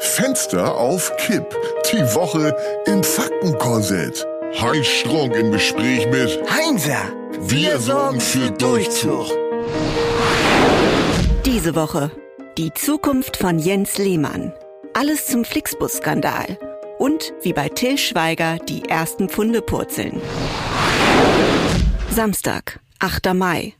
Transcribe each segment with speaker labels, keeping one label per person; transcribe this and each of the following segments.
Speaker 1: Fenster auf Kipp. Die Woche im Faktenkorsett. Heinz Strunk im Gespräch mit
Speaker 2: Heinzer,
Speaker 1: Wir sorgen für Durchzug.
Speaker 3: Diese Woche. Die Zukunft von Jens Lehmann. Alles zum Flixbus-Skandal. Und wie bei Till Schweiger die ersten Pfunde purzeln. Samstag, 8. Mai.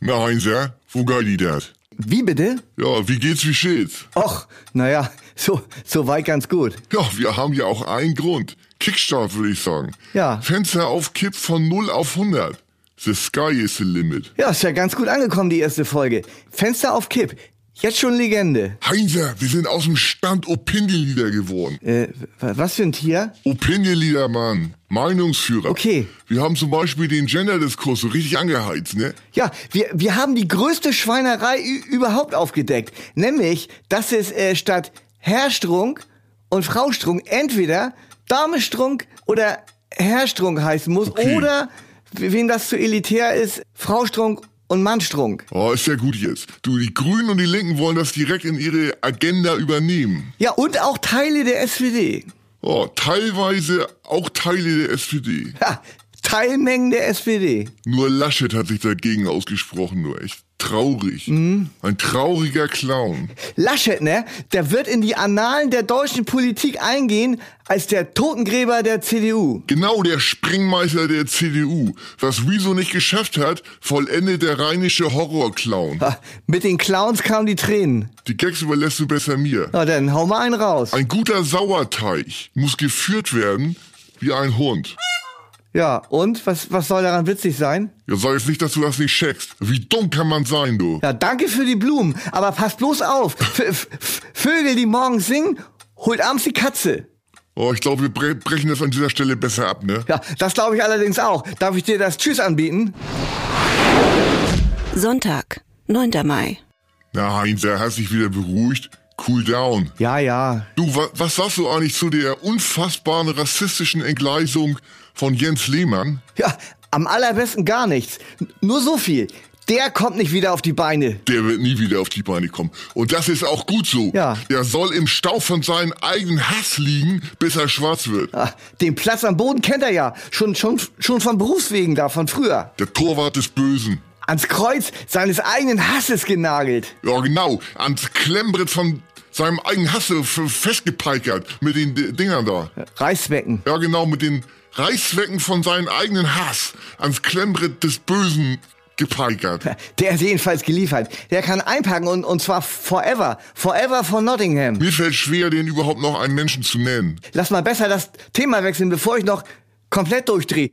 Speaker 1: Na Heinzer, wo geht das?
Speaker 2: Wie bitte?
Speaker 1: Ja, wie geht's, wie steht's?
Speaker 2: Och, naja, so, so weit ganz gut.
Speaker 1: Ja, wir haben ja auch einen Grund. Kickstart, würde ich sagen.
Speaker 2: Ja.
Speaker 1: Fenster auf Kipp von 0 auf 100. The sky is the limit.
Speaker 2: Ja, ist ja ganz gut angekommen, die erste Folge. Fenster auf Kipp. Jetzt schon Legende.
Speaker 1: Heinzer, wir sind aus dem Stand Opinion-Leader geworden.
Speaker 2: Äh, wa- was für ein Tier?
Speaker 1: Opinion-Leader, Mann. Meinungsführer.
Speaker 2: Okay.
Speaker 1: Wir haben zum Beispiel den Gender-Diskurs so richtig angeheizt, ne?
Speaker 2: Ja, wir, wir haben die größte Schweinerei ü- überhaupt aufgedeckt. Nämlich, dass es äh, statt Herrstrunk und Fraustrunk entweder Damestrunk oder Herrstrunk heißen muss.
Speaker 1: Okay.
Speaker 2: Oder, wem das zu elitär ist, Fraustrunk und Mannstrunk.
Speaker 1: Oh, ist ja gut jetzt. Du, die Grünen und die Linken wollen das direkt in ihre Agenda übernehmen.
Speaker 2: Ja, und auch Teile der SPD.
Speaker 1: Oh, teilweise auch Teile der SPD.
Speaker 2: Ha, Teilmengen der SPD.
Speaker 1: Nur Laschet hat sich dagegen ausgesprochen, nur echt traurig. Ein trauriger Clown.
Speaker 2: Laschet, ne? Der wird in die Annalen der deutschen Politik eingehen als der Totengräber der CDU.
Speaker 1: Genau der Springmeister der CDU. Was Wieso nicht geschafft hat, vollendet der rheinische Horrorclown.
Speaker 2: Ha, mit den Clowns kamen die Tränen.
Speaker 1: Die Gags überlässt du besser mir.
Speaker 2: Na dann, hau mal einen raus.
Speaker 1: Ein guter Sauerteig muss geführt werden wie ein Hund.
Speaker 2: Ja, und? Was, was soll daran witzig sein?
Speaker 1: Ja, sag jetzt nicht, dass du das nicht checkst. Wie dumm kann man sein, du?
Speaker 2: Ja, danke für die Blumen, aber passt bloß auf. V v Vögel, die morgens singen, holt abends die Katze.
Speaker 1: Oh, ich glaube, wir bre brechen das an dieser Stelle besser ab, ne?
Speaker 2: Ja, das glaube ich allerdings auch. Darf ich dir das Tschüss anbieten?
Speaker 3: Sonntag, 9. Mai.
Speaker 1: Na, Heinzer, hast dich wieder beruhigt. Cool down.
Speaker 2: Ja, ja.
Speaker 1: Du, wa was sagst du eigentlich zu der unfassbaren rassistischen Entgleisung von Jens Lehmann?
Speaker 2: Ja, am allerbesten gar nichts. N- Nur so viel. Der kommt nicht wieder auf die Beine.
Speaker 1: Der wird nie wieder auf die Beine kommen. Und das ist auch gut so.
Speaker 2: Ja.
Speaker 1: Der soll im Stau von seinem eigenen Hass liegen, bis er schwarz wird.
Speaker 2: Ah, den Platz am Boden kennt er ja. Schon, schon, schon von Berufswegen da, von früher.
Speaker 1: Der Torwart des Bösen.
Speaker 2: Ans Kreuz seines eigenen Hasses genagelt.
Speaker 1: Ja, genau. Ans Klemmbrett von seinem eigenen Hasse f- festgepeikert. Mit den D Dingern da.
Speaker 2: Reisbecken.
Speaker 1: Ja, genau, mit den Reißzwecken von seinem eigenen Hass ans Klemmbrett des Bösen gepeikert.
Speaker 2: Der ist jedenfalls geliefert. Der kann einpacken und, und zwar forever. Forever von Nottingham.
Speaker 1: Mir fällt schwer, den überhaupt noch einen Menschen zu nennen.
Speaker 2: Lass mal besser das Thema wechseln, bevor ich noch komplett durchdrehe.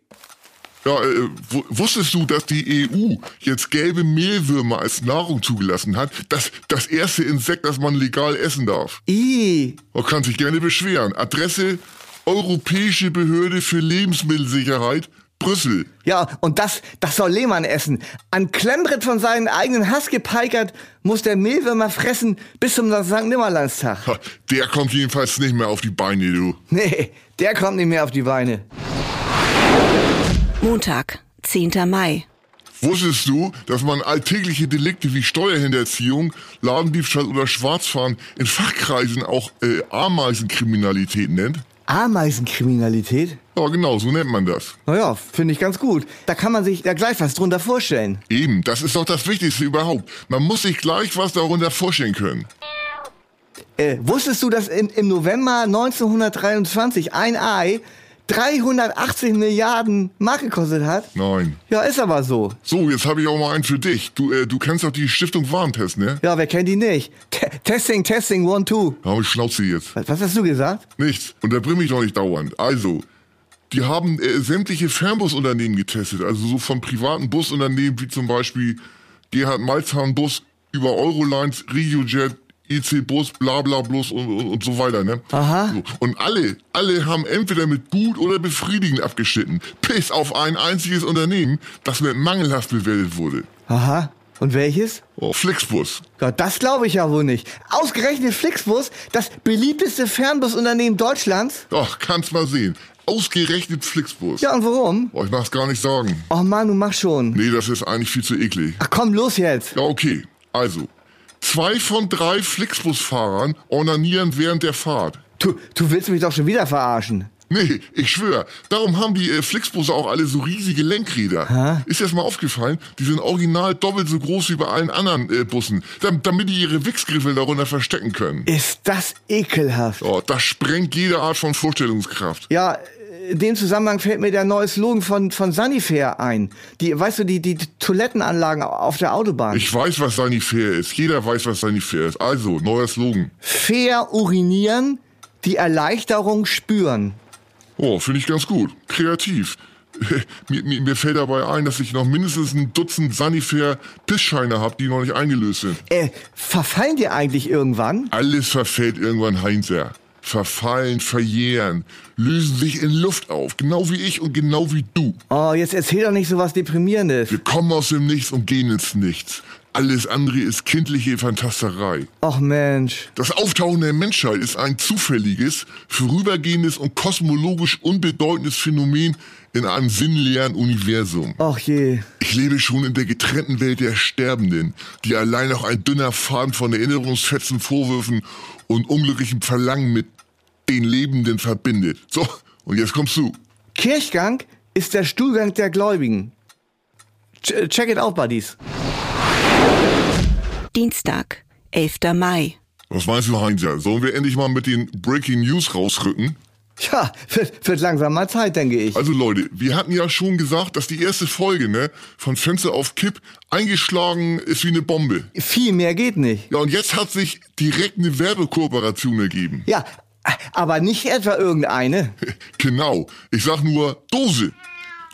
Speaker 1: Ja, äh, wu- wusstest du, dass die EU jetzt gelbe Mehlwürmer als Nahrung zugelassen hat? Das, das erste Insekt, das man legal essen darf.
Speaker 2: Ih,
Speaker 1: Man kann sich gerne beschweren. Adresse Europäische Behörde für Lebensmittelsicherheit, Brüssel.
Speaker 2: Ja, und das, das soll Lehmann essen. An Klemmbrett von seinen eigenen Hass gepeikert, muss der Mehlwürmer fressen bis zum St. Nimmerlandstag.
Speaker 1: Ha, Der kommt jedenfalls nicht mehr auf die Beine, du.
Speaker 2: Nee, der kommt nicht mehr auf die Beine.
Speaker 3: Montag, 10. Mai.
Speaker 1: Wusstest du, dass man alltägliche Delikte wie Steuerhinterziehung, Ladendiebstahl oder Schwarzfahren in Fachkreisen auch äh, Ameisenkriminalität nennt?
Speaker 2: Ameisenkriminalität?
Speaker 1: Ja, genau, so nennt man das.
Speaker 2: Naja, finde ich ganz gut. Da kann man sich ja gleich was drunter vorstellen.
Speaker 1: Eben, das ist doch das Wichtigste überhaupt. Man muss sich gleich was darunter vorstellen können.
Speaker 2: Äh, wusstest du, dass im, im November 1923 ein Ei 380 Milliarden Mark gekostet hat?
Speaker 1: Nein.
Speaker 2: Ja, ist aber so.
Speaker 1: So, jetzt habe ich auch mal einen für dich. Du, äh, du kennst doch die Stiftung Warentest, ne?
Speaker 2: Ja, wer kennt die nicht? Te testing, testing, one, two.
Speaker 1: Ja, ich schnauze jetzt.
Speaker 2: Was, was hast du gesagt?
Speaker 1: Nichts. Unterbrich mich doch nicht dauernd. Also, die haben äh, sämtliche Fernbusunternehmen getestet. Also so von privaten Busunternehmen wie zum Beispiel Gerhard Malzahn Bus über Eurolines, RioJet, EC Bus, bla bla bloß und, und, und so weiter, ne?
Speaker 2: Aha.
Speaker 1: So. Und alle, alle haben entweder mit gut oder befriedigend abgeschnitten. Piss auf ein einziges Unternehmen, das mit mangelhaft bewertet wurde.
Speaker 2: Aha. Und welches?
Speaker 1: Oh, Flixbus.
Speaker 2: Ja, das glaube ich ja wohl nicht. Ausgerechnet Flixbus, das beliebteste Fernbusunternehmen Deutschlands.
Speaker 1: Ach, kannst mal sehen. Ausgerechnet Flixbus.
Speaker 2: Ja, und warum?
Speaker 1: Oh, ich mach's gar nicht sagen.
Speaker 2: Oh Mann, du mach schon.
Speaker 1: Nee, das ist eigentlich viel zu eklig.
Speaker 2: Ach komm, los jetzt.
Speaker 1: Ja, okay. Also, Zwei von drei Flixbusfahrern ornanieren während der Fahrt.
Speaker 2: Du, du willst mich doch schon wieder verarschen.
Speaker 1: Nee, ich schwöre. Darum haben die äh, Flixbusse auch alle so riesige Lenkräder. Ist dir das mal aufgefallen? Die sind original doppelt so groß wie bei allen anderen äh, Bussen, dam- damit die ihre Wichsgriffel darunter verstecken können.
Speaker 2: Ist das ekelhaft.
Speaker 1: Oh, das sprengt jede Art von Vorstellungskraft.
Speaker 2: Ja, in dem Zusammenhang fällt mir der neue Slogan von, von Sanifair ein. Die, weißt du, die, die Toilettenanlagen auf der Autobahn.
Speaker 1: Ich weiß, was Sanifair ist. Jeder weiß, was Sanifair ist. Also, neuer Slogan.
Speaker 2: Fair urinieren, die Erleichterung spüren.
Speaker 1: Oh, finde ich ganz gut. Kreativ. mir, mir, mir fällt dabei ein, dass ich noch mindestens ein Dutzend Sanifair-Pissscheine habe, die noch nicht eingelöst sind.
Speaker 2: Äh, verfallen die eigentlich irgendwann?
Speaker 1: Alles verfällt irgendwann Heinzer. Verfallen, verjähren, lösen sich in Luft auf, genau wie ich und genau wie du.
Speaker 2: Oh, jetzt erzähl doch nicht so was Deprimierendes.
Speaker 1: Wir kommen aus dem Nichts und gehen ins Nichts. Alles andere ist kindliche Fantasterei.
Speaker 2: Och Mensch.
Speaker 1: Das Auftauchen der Menschheit ist ein zufälliges, vorübergehendes und kosmologisch unbedeutendes Phänomen in einem sinnleeren Universum.
Speaker 2: Och je.
Speaker 1: Ich lebe schon in der getrennten Welt der Sterbenden, die allein noch ein dünner Faden von Erinnerungsfetzen, Vorwürfen und unglücklichem Verlangen mit den Lebenden verbindet. So, und jetzt kommst du.
Speaker 2: Kirchgang ist der Stuhlgang der Gläubigen. Ch check it out, Buddies.
Speaker 3: Dienstag, 11. Mai.
Speaker 1: Was meinst du, Heinzer? Sollen wir endlich mal mit den Breaking News rausrücken?
Speaker 2: Tja, wird, wird langsam mal Zeit, denke ich.
Speaker 1: Also Leute, wir hatten ja schon gesagt, dass die erste Folge, ne, von Fenster auf Kipp eingeschlagen ist wie eine Bombe.
Speaker 2: Viel mehr geht nicht.
Speaker 1: Ja, und jetzt hat sich direkt eine Werbekooperation ergeben.
Speaker 2: Ja, aber nicht etwa irgendeine.
Speaker 1: Genau. Ich sag nur Dose.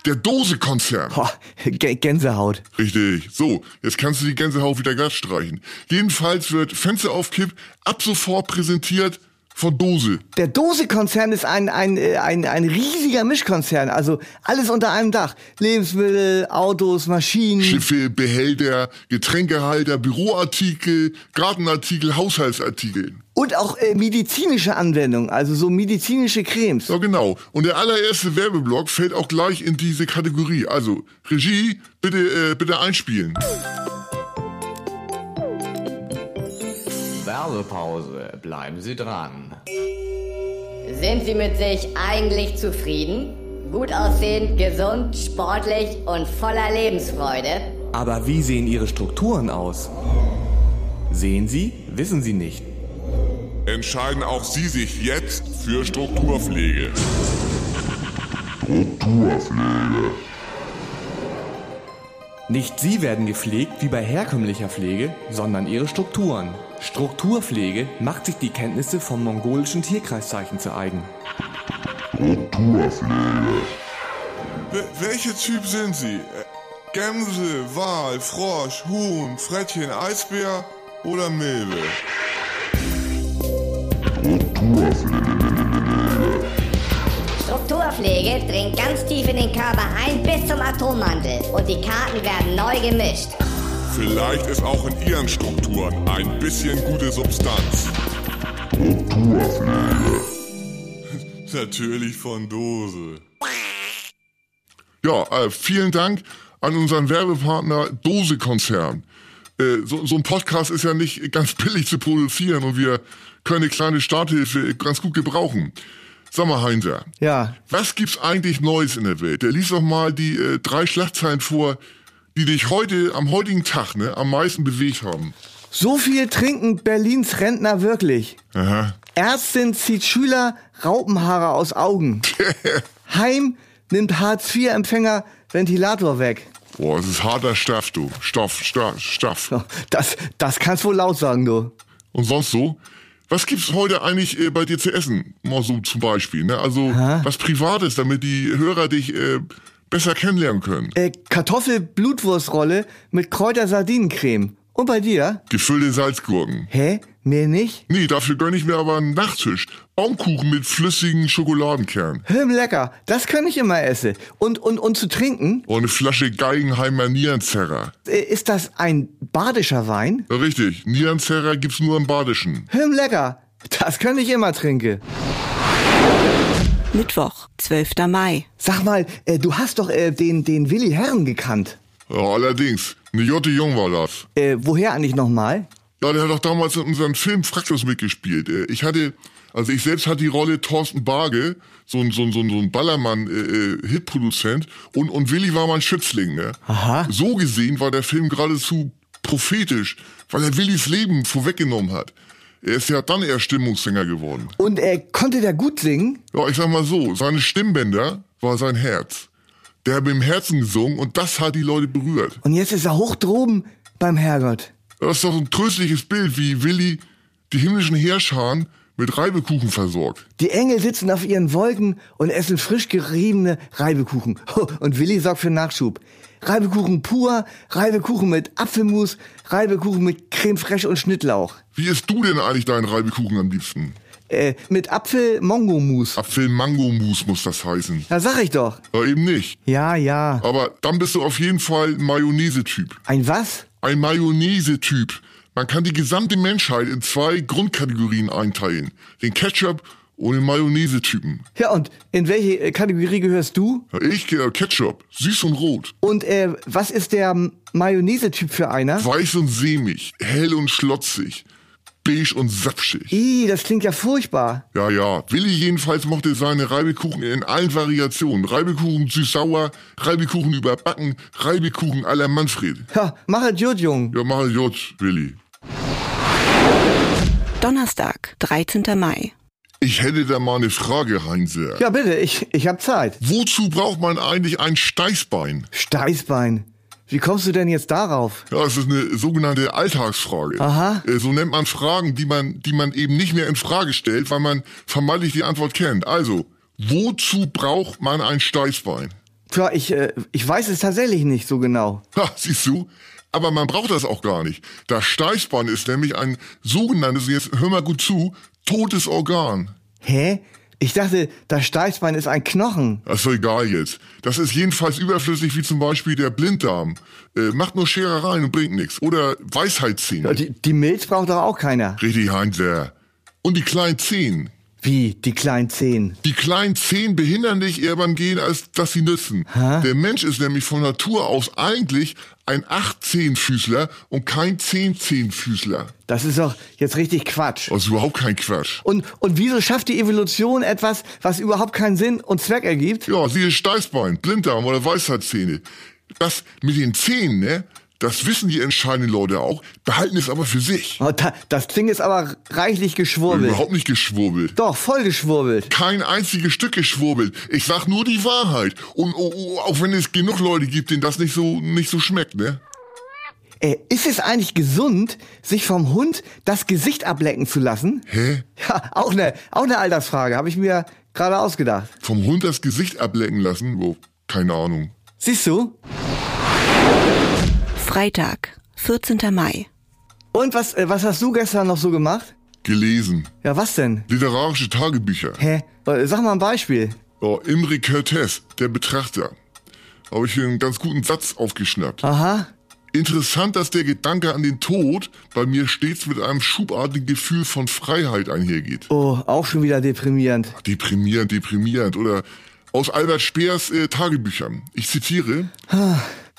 Speaker 1: Der Dose-Konzern.
Speaker 2: Boah, Gä- Gänsehaut.
Speaker 1: Richtig. So, jetzt kannst du die Gänsehaut wieder glatt streichen. Jedenfalls wird Fenster auf Kipp ab sofort präsentiert von Dose.
Speaker 2: Der Dose-Konzern ist ein, ein, äh, ein, ein riesiger Mischkonzern. Also alles unter einem Dach. Lebensmittel, Autos, Maschinen.
Speaker 1: Schiffe, Behälter, Getränkehalter, Büroartikel, Gartenartikel, Haushaltsartikel.
Speaker 2: Und auch äh, medizinische Anwendungen. Also so medizinische Cremes.
Speaker 1: Ja, genau. Und der allererste Werbeblock fällt auch gleich in diese Kategorie. Also, Regie, bitte, äh, bitte einspielen.
Speaker 4: Werbepause. Bleiben Sie dran.
Speaker 5: Sind Sie mit sich eigentlich zufrieden? Gut aussehend, gesund, sportlich und voller Lebensfreude?
Speaker 4: Aber wie sehen Ihre Strukturen aus? Sehen Sie? Wissen Sie nicht.
Speaker 6: entscheiden auch Sie sich jetzt für Strukturpflege.
Speaker 4: Nicht Sie werden gepflegt wie bei herkömmlicher Pflege, sondern Ihre Strukturen. Strukturpflege macht sich die Kenntnisse vom mongolischen Tierkreiszeichen zu eigen.
Speaker 6: welche Typ sind Sie? Äh, Gämse, Wal, Frosch, Huhn, Frettchen, Eisbär oder Milbe?
Speaker 5: Strukturpflege dringt ganz tief in den Körper ein bis zum Atommantel und die Karten werden neu gemischt.
Speaker 6: Vielleicht ist auch in Ihren Strukturen ein bisschen gute Substanz. Natürlich von Dose.
Speaker 1: Ja, äh, vielen Dank an unseren Werbepartner Dose Konzern. Äh, so, so ein Podcast ist ja nicht ganz billig zu produzieren und wir können eine kleine Starthilfe ganz gut gebrauchen. Sag mal, Heinzer,
Speaker 2: Ja.
Speaker 1: was gibt's eigentlich Neues in der Welt? Der liest doch mal die äh, drei Schlagzeilen vor, die dich heute, am heutigen Tag, ne, am meisten bewegt haben.
Speaker 2: So viel trinken Berlins Rentner wirklich.
Speaker 1: Aha.
Speaker 2: Ärztin zieht Schüler Raupenhaare aus Augen. Heim nimmt Hartz-IV-Empfänger Ventilator weg.
Speaker 1: Boah, es ist harter Stoff, du. Stoff, Stoff, Stoff.
Speaker 2: Das, das kannst wohl laut sagen, du.
Speaker 1: Und sonst so? Was gibt's heute eigentlich äh, bei dir zu essen? Mal so zum Beispiel, ne? Also was Privates, damit die Hörer dich äh, besser kennenlernen können.
Speaker 2: Äh, Kartoffel-Blutwurst-Rolle mit Kräuter-Sardinencreme. Und bei dir?
Speaker 1: Gefüllte Salzgurken.
Speaker 2: Hä? Mir nicht?
Speaker 1: Nee, dafür gönn ich mir aber einen Nachtisch. Baumkuchen mit flüssigen Schokoladenkern.
Speaker 2: Him Hm, lecker. Das kann ich immer essen. Und, und, und zu trinken?
Speaker 1: Und eine Flasche Geigenheimer Nierenzerrer.
Speaker 2: Äh, ist das ein badischer Wein?
Speaker 1: Ja, richtig, Nierenzerrer gibt's nur im Badischen.
Speaker 2: Him lecker. Das kann ich immer trinken.
Speaker 3: Mittwoch, 12. Mai.
Speaker 2: Sag mal, äh, du hast doch äh, den, den Willi Herren gekannt.
Speaker 1: Ja, allerdings, eine Jotte Jung war das.
Speaker 2: Äh, woher eigentlich nochmal?
Speaker 1: Ja, der hat auch damals in unserem Film Fraktus mitgespielt. Äh, Ich hatte, also ich selbst hatte die Rolle Thorsten Barge, so ein, so ein, so ein, so ein Ballermann-Hitproduzent, und, und Willi war mein Schützling. Ne?
Speaker 2: Aha.
Speaker 1: So gesehen war der Film geradezu prophetisch, weil er Willis Leben vorweggenommen hat. Er ist ja dann erst Stimmungssänger geworden.
Speaker 2: Und er konnte da gut singen.
Speaker 1: Ja, ich sag mal so, seine Stimmbänder war sein Herz. Der hat mit dem Herzen gesungen und das hat die Leute berührt.
Speaker 2: Und jetzt ist er hoch droben beim Herrgott.
Speaker 1: Das ist doch ein tröstliches Bild, wie Willi die himmlischen Heerscharen mit Reibekuchen versorgt.
Speaker 2: Die Engel sitzen auf ihren Wolken und essen frisch geriebene Reibekuchen. Ho, Und Willi sorgt für Nachschub. Reibekuchen pur, Reibekuchen mit Apfelmus, Reibekuchen mit Creme fraiche und Schnittlauch.
Speaker 1: Wie isst du denn eigentlich deinen Reibekuchen am liebsten?
Speaker 2: Äh, mit Apfel-Mongo-Mus.
Speaker 1: Apfel-Mango-Mus muss das heißen.
Speaker 2: Da sag ich doch.
Speaker 1: Ja, eben nicht.
Speaker 2: Ja, ja.
Speaker 1: Aber dann bist du auf jeden Fall ein Mayonnaise-Typ.
Speaker 2: Ein was?
Speaker 1: Ein Mayonnaise-Typ. Man kann die gesamte Menschheit in zwei Grundkategorien einteilen. Den Ketchup und den Mayonnaise-Typen.
Speaker 2: Ja, und in welche äh, Kategorie gehörst du?
Speaker 1: Ja, Ich, äh, Ketchup, süß und rot.
Speaker 2: Und äh, was ist der M- Mayonnaise-Typ für einer?
Speaker 1: Weiß und sämig, hell und schlotzig, beige und sapschig.
Speaker 2: Ih, das klingt ja furchtbar.
Speaker 1: Ja, ja. Willi jedenfalls mochte seine Reibekuchen in allen Variationen. Reibekuchen süß-sauer, Reibekuchen überbacken, Reibekuchen à la Manfred.
Speaker 2: Ja, mache Jod, Jung.
Speaker 1: Ja, mach J, Willi.
Speaker 3: Donnerstag, 13. Mai.
Speaker 1: Ich hätte da mal eine Frage, Heinze.
Speaker 2: Ja, bitte, ich, ich hab Zeit.
Speaker 1: Wozu braucht man eigentlich ein Steißbein?
Speaker 2: Steißbein. Wie kommst du denn jetzt darauf?
Speaker 1: Ja, es ist eine sogenannte Alltagsfrage.
Speaker 2: Aha.
Speaker 1: Äh, So nennt man Fragen, die man, die man eben nicht mehr in Frage stellt, weil man vermeintlich die Antwort kennt. Also, wozu braucht man ein Steißbein?
Speaker 2: Tja, ich, äh, ich weiß es tatsächlich nicht so genau.
Speaker 1: Ha, siehst du? Aber man braucht das auch gar nicht. Das Steißbein ist nämlich ein sogenanntes, jetzt hör mal gut zu, totes Organ.
Speaker 2: Hä? Ich dachte, das Steißbein ist ein Knochen.
Speaker 1: Das ist doch egal jetzt. Das ist jedenfalls überflüssig, wie zum Beispiel der Blinddarm. Äh, macht nur Scherereien und bringt nichts. Oder Weisheitszähne.
Speaker 2: Ja, Die, die Milz braucht doch auch keiner.
Speaker 1: Richtig, Heinzer. Und die kleinen Zehen.
Speaker 2: Wie, die kleinen Zehen.
Speaker 1: Die kleinen Zehen behindern dich eher beim Gehen, als dass sie nützen. Der Mensch ist nämlich von Natur aus eigentlich ein Acht-Zehenfüßler und kein Zehn-Zehenfüßler.
Speaker 2: Das ist doch jetzt richtig Quatsch.
Speaker 1: Das ist Also überhaupt kein Quatsch.
Speaker 2: Und, und wieso schafft die Evolution etwas, was überhaupt keinen Sinn und Zweck ergibt?
Speaker 1: Ja, siehe Steißbein, Blinddarm oder Weisheitszähne. Das mit den Zähnen, ne? Das wissen die entscheidenden Leute auch, behalten es aber für sich.
Speaker 2: Oh, da, das Ding ist aber reichlich geschwurbelt.
Speaker 1: Überhaupt nicht geschwurbelt.
Speaker 2: Doch, voll geschwurbelt.
Speaker 1: Kein einziges Stück geschwurbelt. Ich sag nur die Wahrheit. Und oh, oh, auch wenn es genug Leute gibt, denen das nicht so, nicht so schmeckt, ne?
Speaker 2: Äh, ist es eigentlich gesund, sich vom Hund das Gesicht ablecken zu lassen?
Speaker 1: Hä?
Speaker 2: Ja, auch eine, auch eine Altersfrage, habe ich mir gerade ausgedacht.
Speaker 1: Vom Hund das Gesicht ablecken lassen? Wo? Keine Ahnung.
Speaker 2: Siehst du?
Speaker 3: Freitag, 14. Mai.
Speaker 2: Und was, äh, was hast du gestern noch so gemacht?
Speaker 1: Gelesen.
Speaker 2: Ja, was denn?
Speaker 1: Literarische Tagebücher.
Speaker 2: Hä? Äh, Sag mal ein Beispiel.
Speaker 1: Oh, Imre Kertész, der Betrachter. Habe ich hier einen ganz guten Satz aufgeschnappt.
Speaker 2: Aha.
Speaker 1: Interessant, dass der Gedanke an den Tod bei mir stets mit einem schubartigen Gefühl von Freiheit einhergeht.
Speaker 2: Oh, auch schon wieder deprimierend.
Speaker 1: Deprimierend, deprimierend. Oder aus Albert Speers äh, Tagebüchern. Ich zitiere.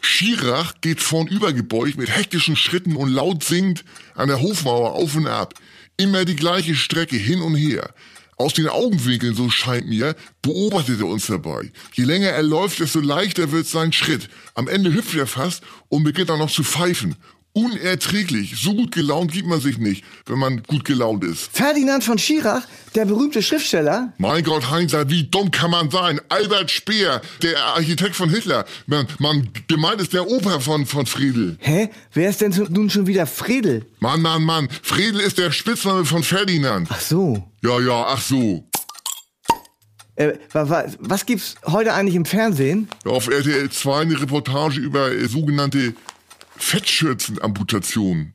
Speaker 1: Schirach geht vornübergebeugt mit hektischen Schritten und laut singend an der Hofmauer auf und ab. Immer die gleiche Strecke hin und her. Aus den Augenwinkeln, so scheint mir, beobachtet er uns dabei. Je länger er läuft, desto leichter wird sein Schritt. Am Ende hüpft er fast und beginnt dann noch zu pfeifen. Unerträglich. So gut gelaunt gibt man sich nicht, wenn man gut gelaunt ist.
Speaker 2: Ferdinand von Schirach, der berühmte Schriftsteller.
Speaker 1: Mein Gott, Heinzer, wie dumm kann man sein? Albert Speer, der Architekt von Hitler. Man, man gemeint ist der Opa von, von Friedel.
Speaker 2: Hä? Wer ist denn so- nun schon wieder Fredel?
Speaker 1: Mann, Mann, Mann, Friedel ist der Spitzname von Ferdinand.
Speaker 2: Ach so.
Speaker 1: Ja, ja, ach so.
Speaker 2: Äh, wa, wa, was gibt's heute eigentlich im Fernsehen?
Speaker 1: Auf RTL 2 eine Reportage über äh, sogenannte Fettschürzenamputationen.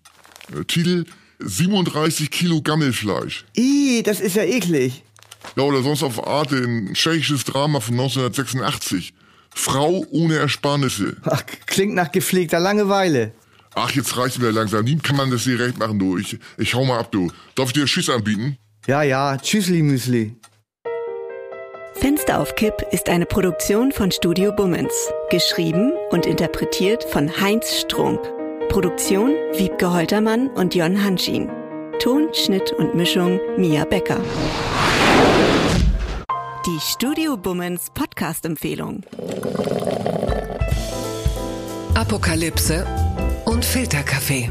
Speaker 1: Äh, Titel 37 Kilo Gammelfleisch.
Speaker 2: Ih, das ist ja eklig.
Speaker 1: Ja, oder sonst auf Arte ein tschechisches Drama von 1986. Frau ohne Ersparnisse.
Speaker 2: Ach, klingt nach gepflegter Langeweile.
Speaker 1: Ach, jetzt reicht's mir langsam. Nie kann man das dir recht machen, du. Ich, ich hau mal ab, du. Darf ich dir Schiss anbieten?
Speaker 2: Ja, ja, tschüssli Müsli.
Speaker 3: Fenster auf Kipp ist eine Produktion von Studio Bummens. Geschrieben und interpretiert von Heinz Strunk. Produktion Wiebke Holtermann und Jon Hanschin. Ton, Schnitt und Mischung Mia Becker. Die Studio Bummens Podcast-Empfehlung.
Speaker 7: Apokalypse und Filterkaffee.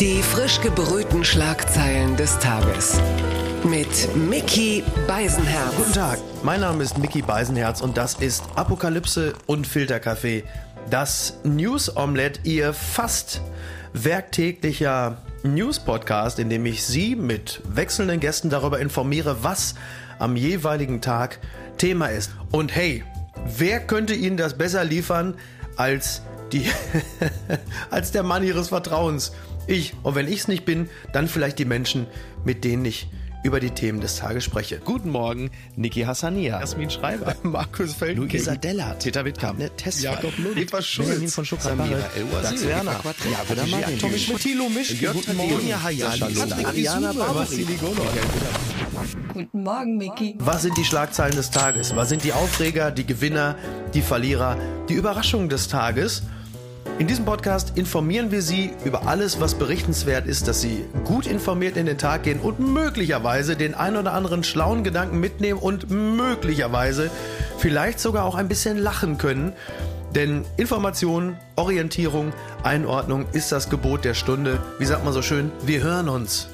Speaker 7: Die frisch gebrühten Schlagzeilen des Tages. Mit Mickey
Speaker 8: Guten
Speaker 7: Beisenherz.
Speaker 8: Tag, mein Name ist Mickey Beisenherz und das ist Apokalypse und Filterkaffee. Das News Omelette, ihr fast werktäglicher News-Podcast, in dem ich Sie mit wechselnden Gästen darüber informiere, was am jeweiligen Tag Thema ist. Und hey, wer könnte Ihnen das besser liefern als die als der Mann ihres Vertrauens. Ich. Und wenn ich es nicht bin, dann vielleicht die Menschen, mit denen ich über die Themen des Tages spreche. Guten Morgen, Niki Hassania. Jasmin Schreiber. Markus Feld. Luisa Della. Peter Wittkamp. Ne Tesfa. Jakob Lund. Eva Schulz. Benjamin von Samira Dax Werner. Jakob Marin. Tommy Schmidt. Thilo Misch. Guten Morgen. Ariana Barbassili
Speaker 9: Guten Morgen, Mickey.
Speaker 8: Was sind die Schlagzeilen des Tages? Was sind die Aufreger, die Gewinner, die Verlierer, die Überraschungen des Tages? In diesem Podcast informieren wir Sie über alles, was berichtenswert ist, dass Sie gut informiert in den Tag gehen und möglicherweise den ein oder anderen schlauen Gedanken mitnehmen und möglicherweise vielleicht sogar auch ein bisschen lachen können. Denn Information, Orientierung, Einordnung ist das Gebot der Stunde. Wie sagt man so schön? Wir hören uns.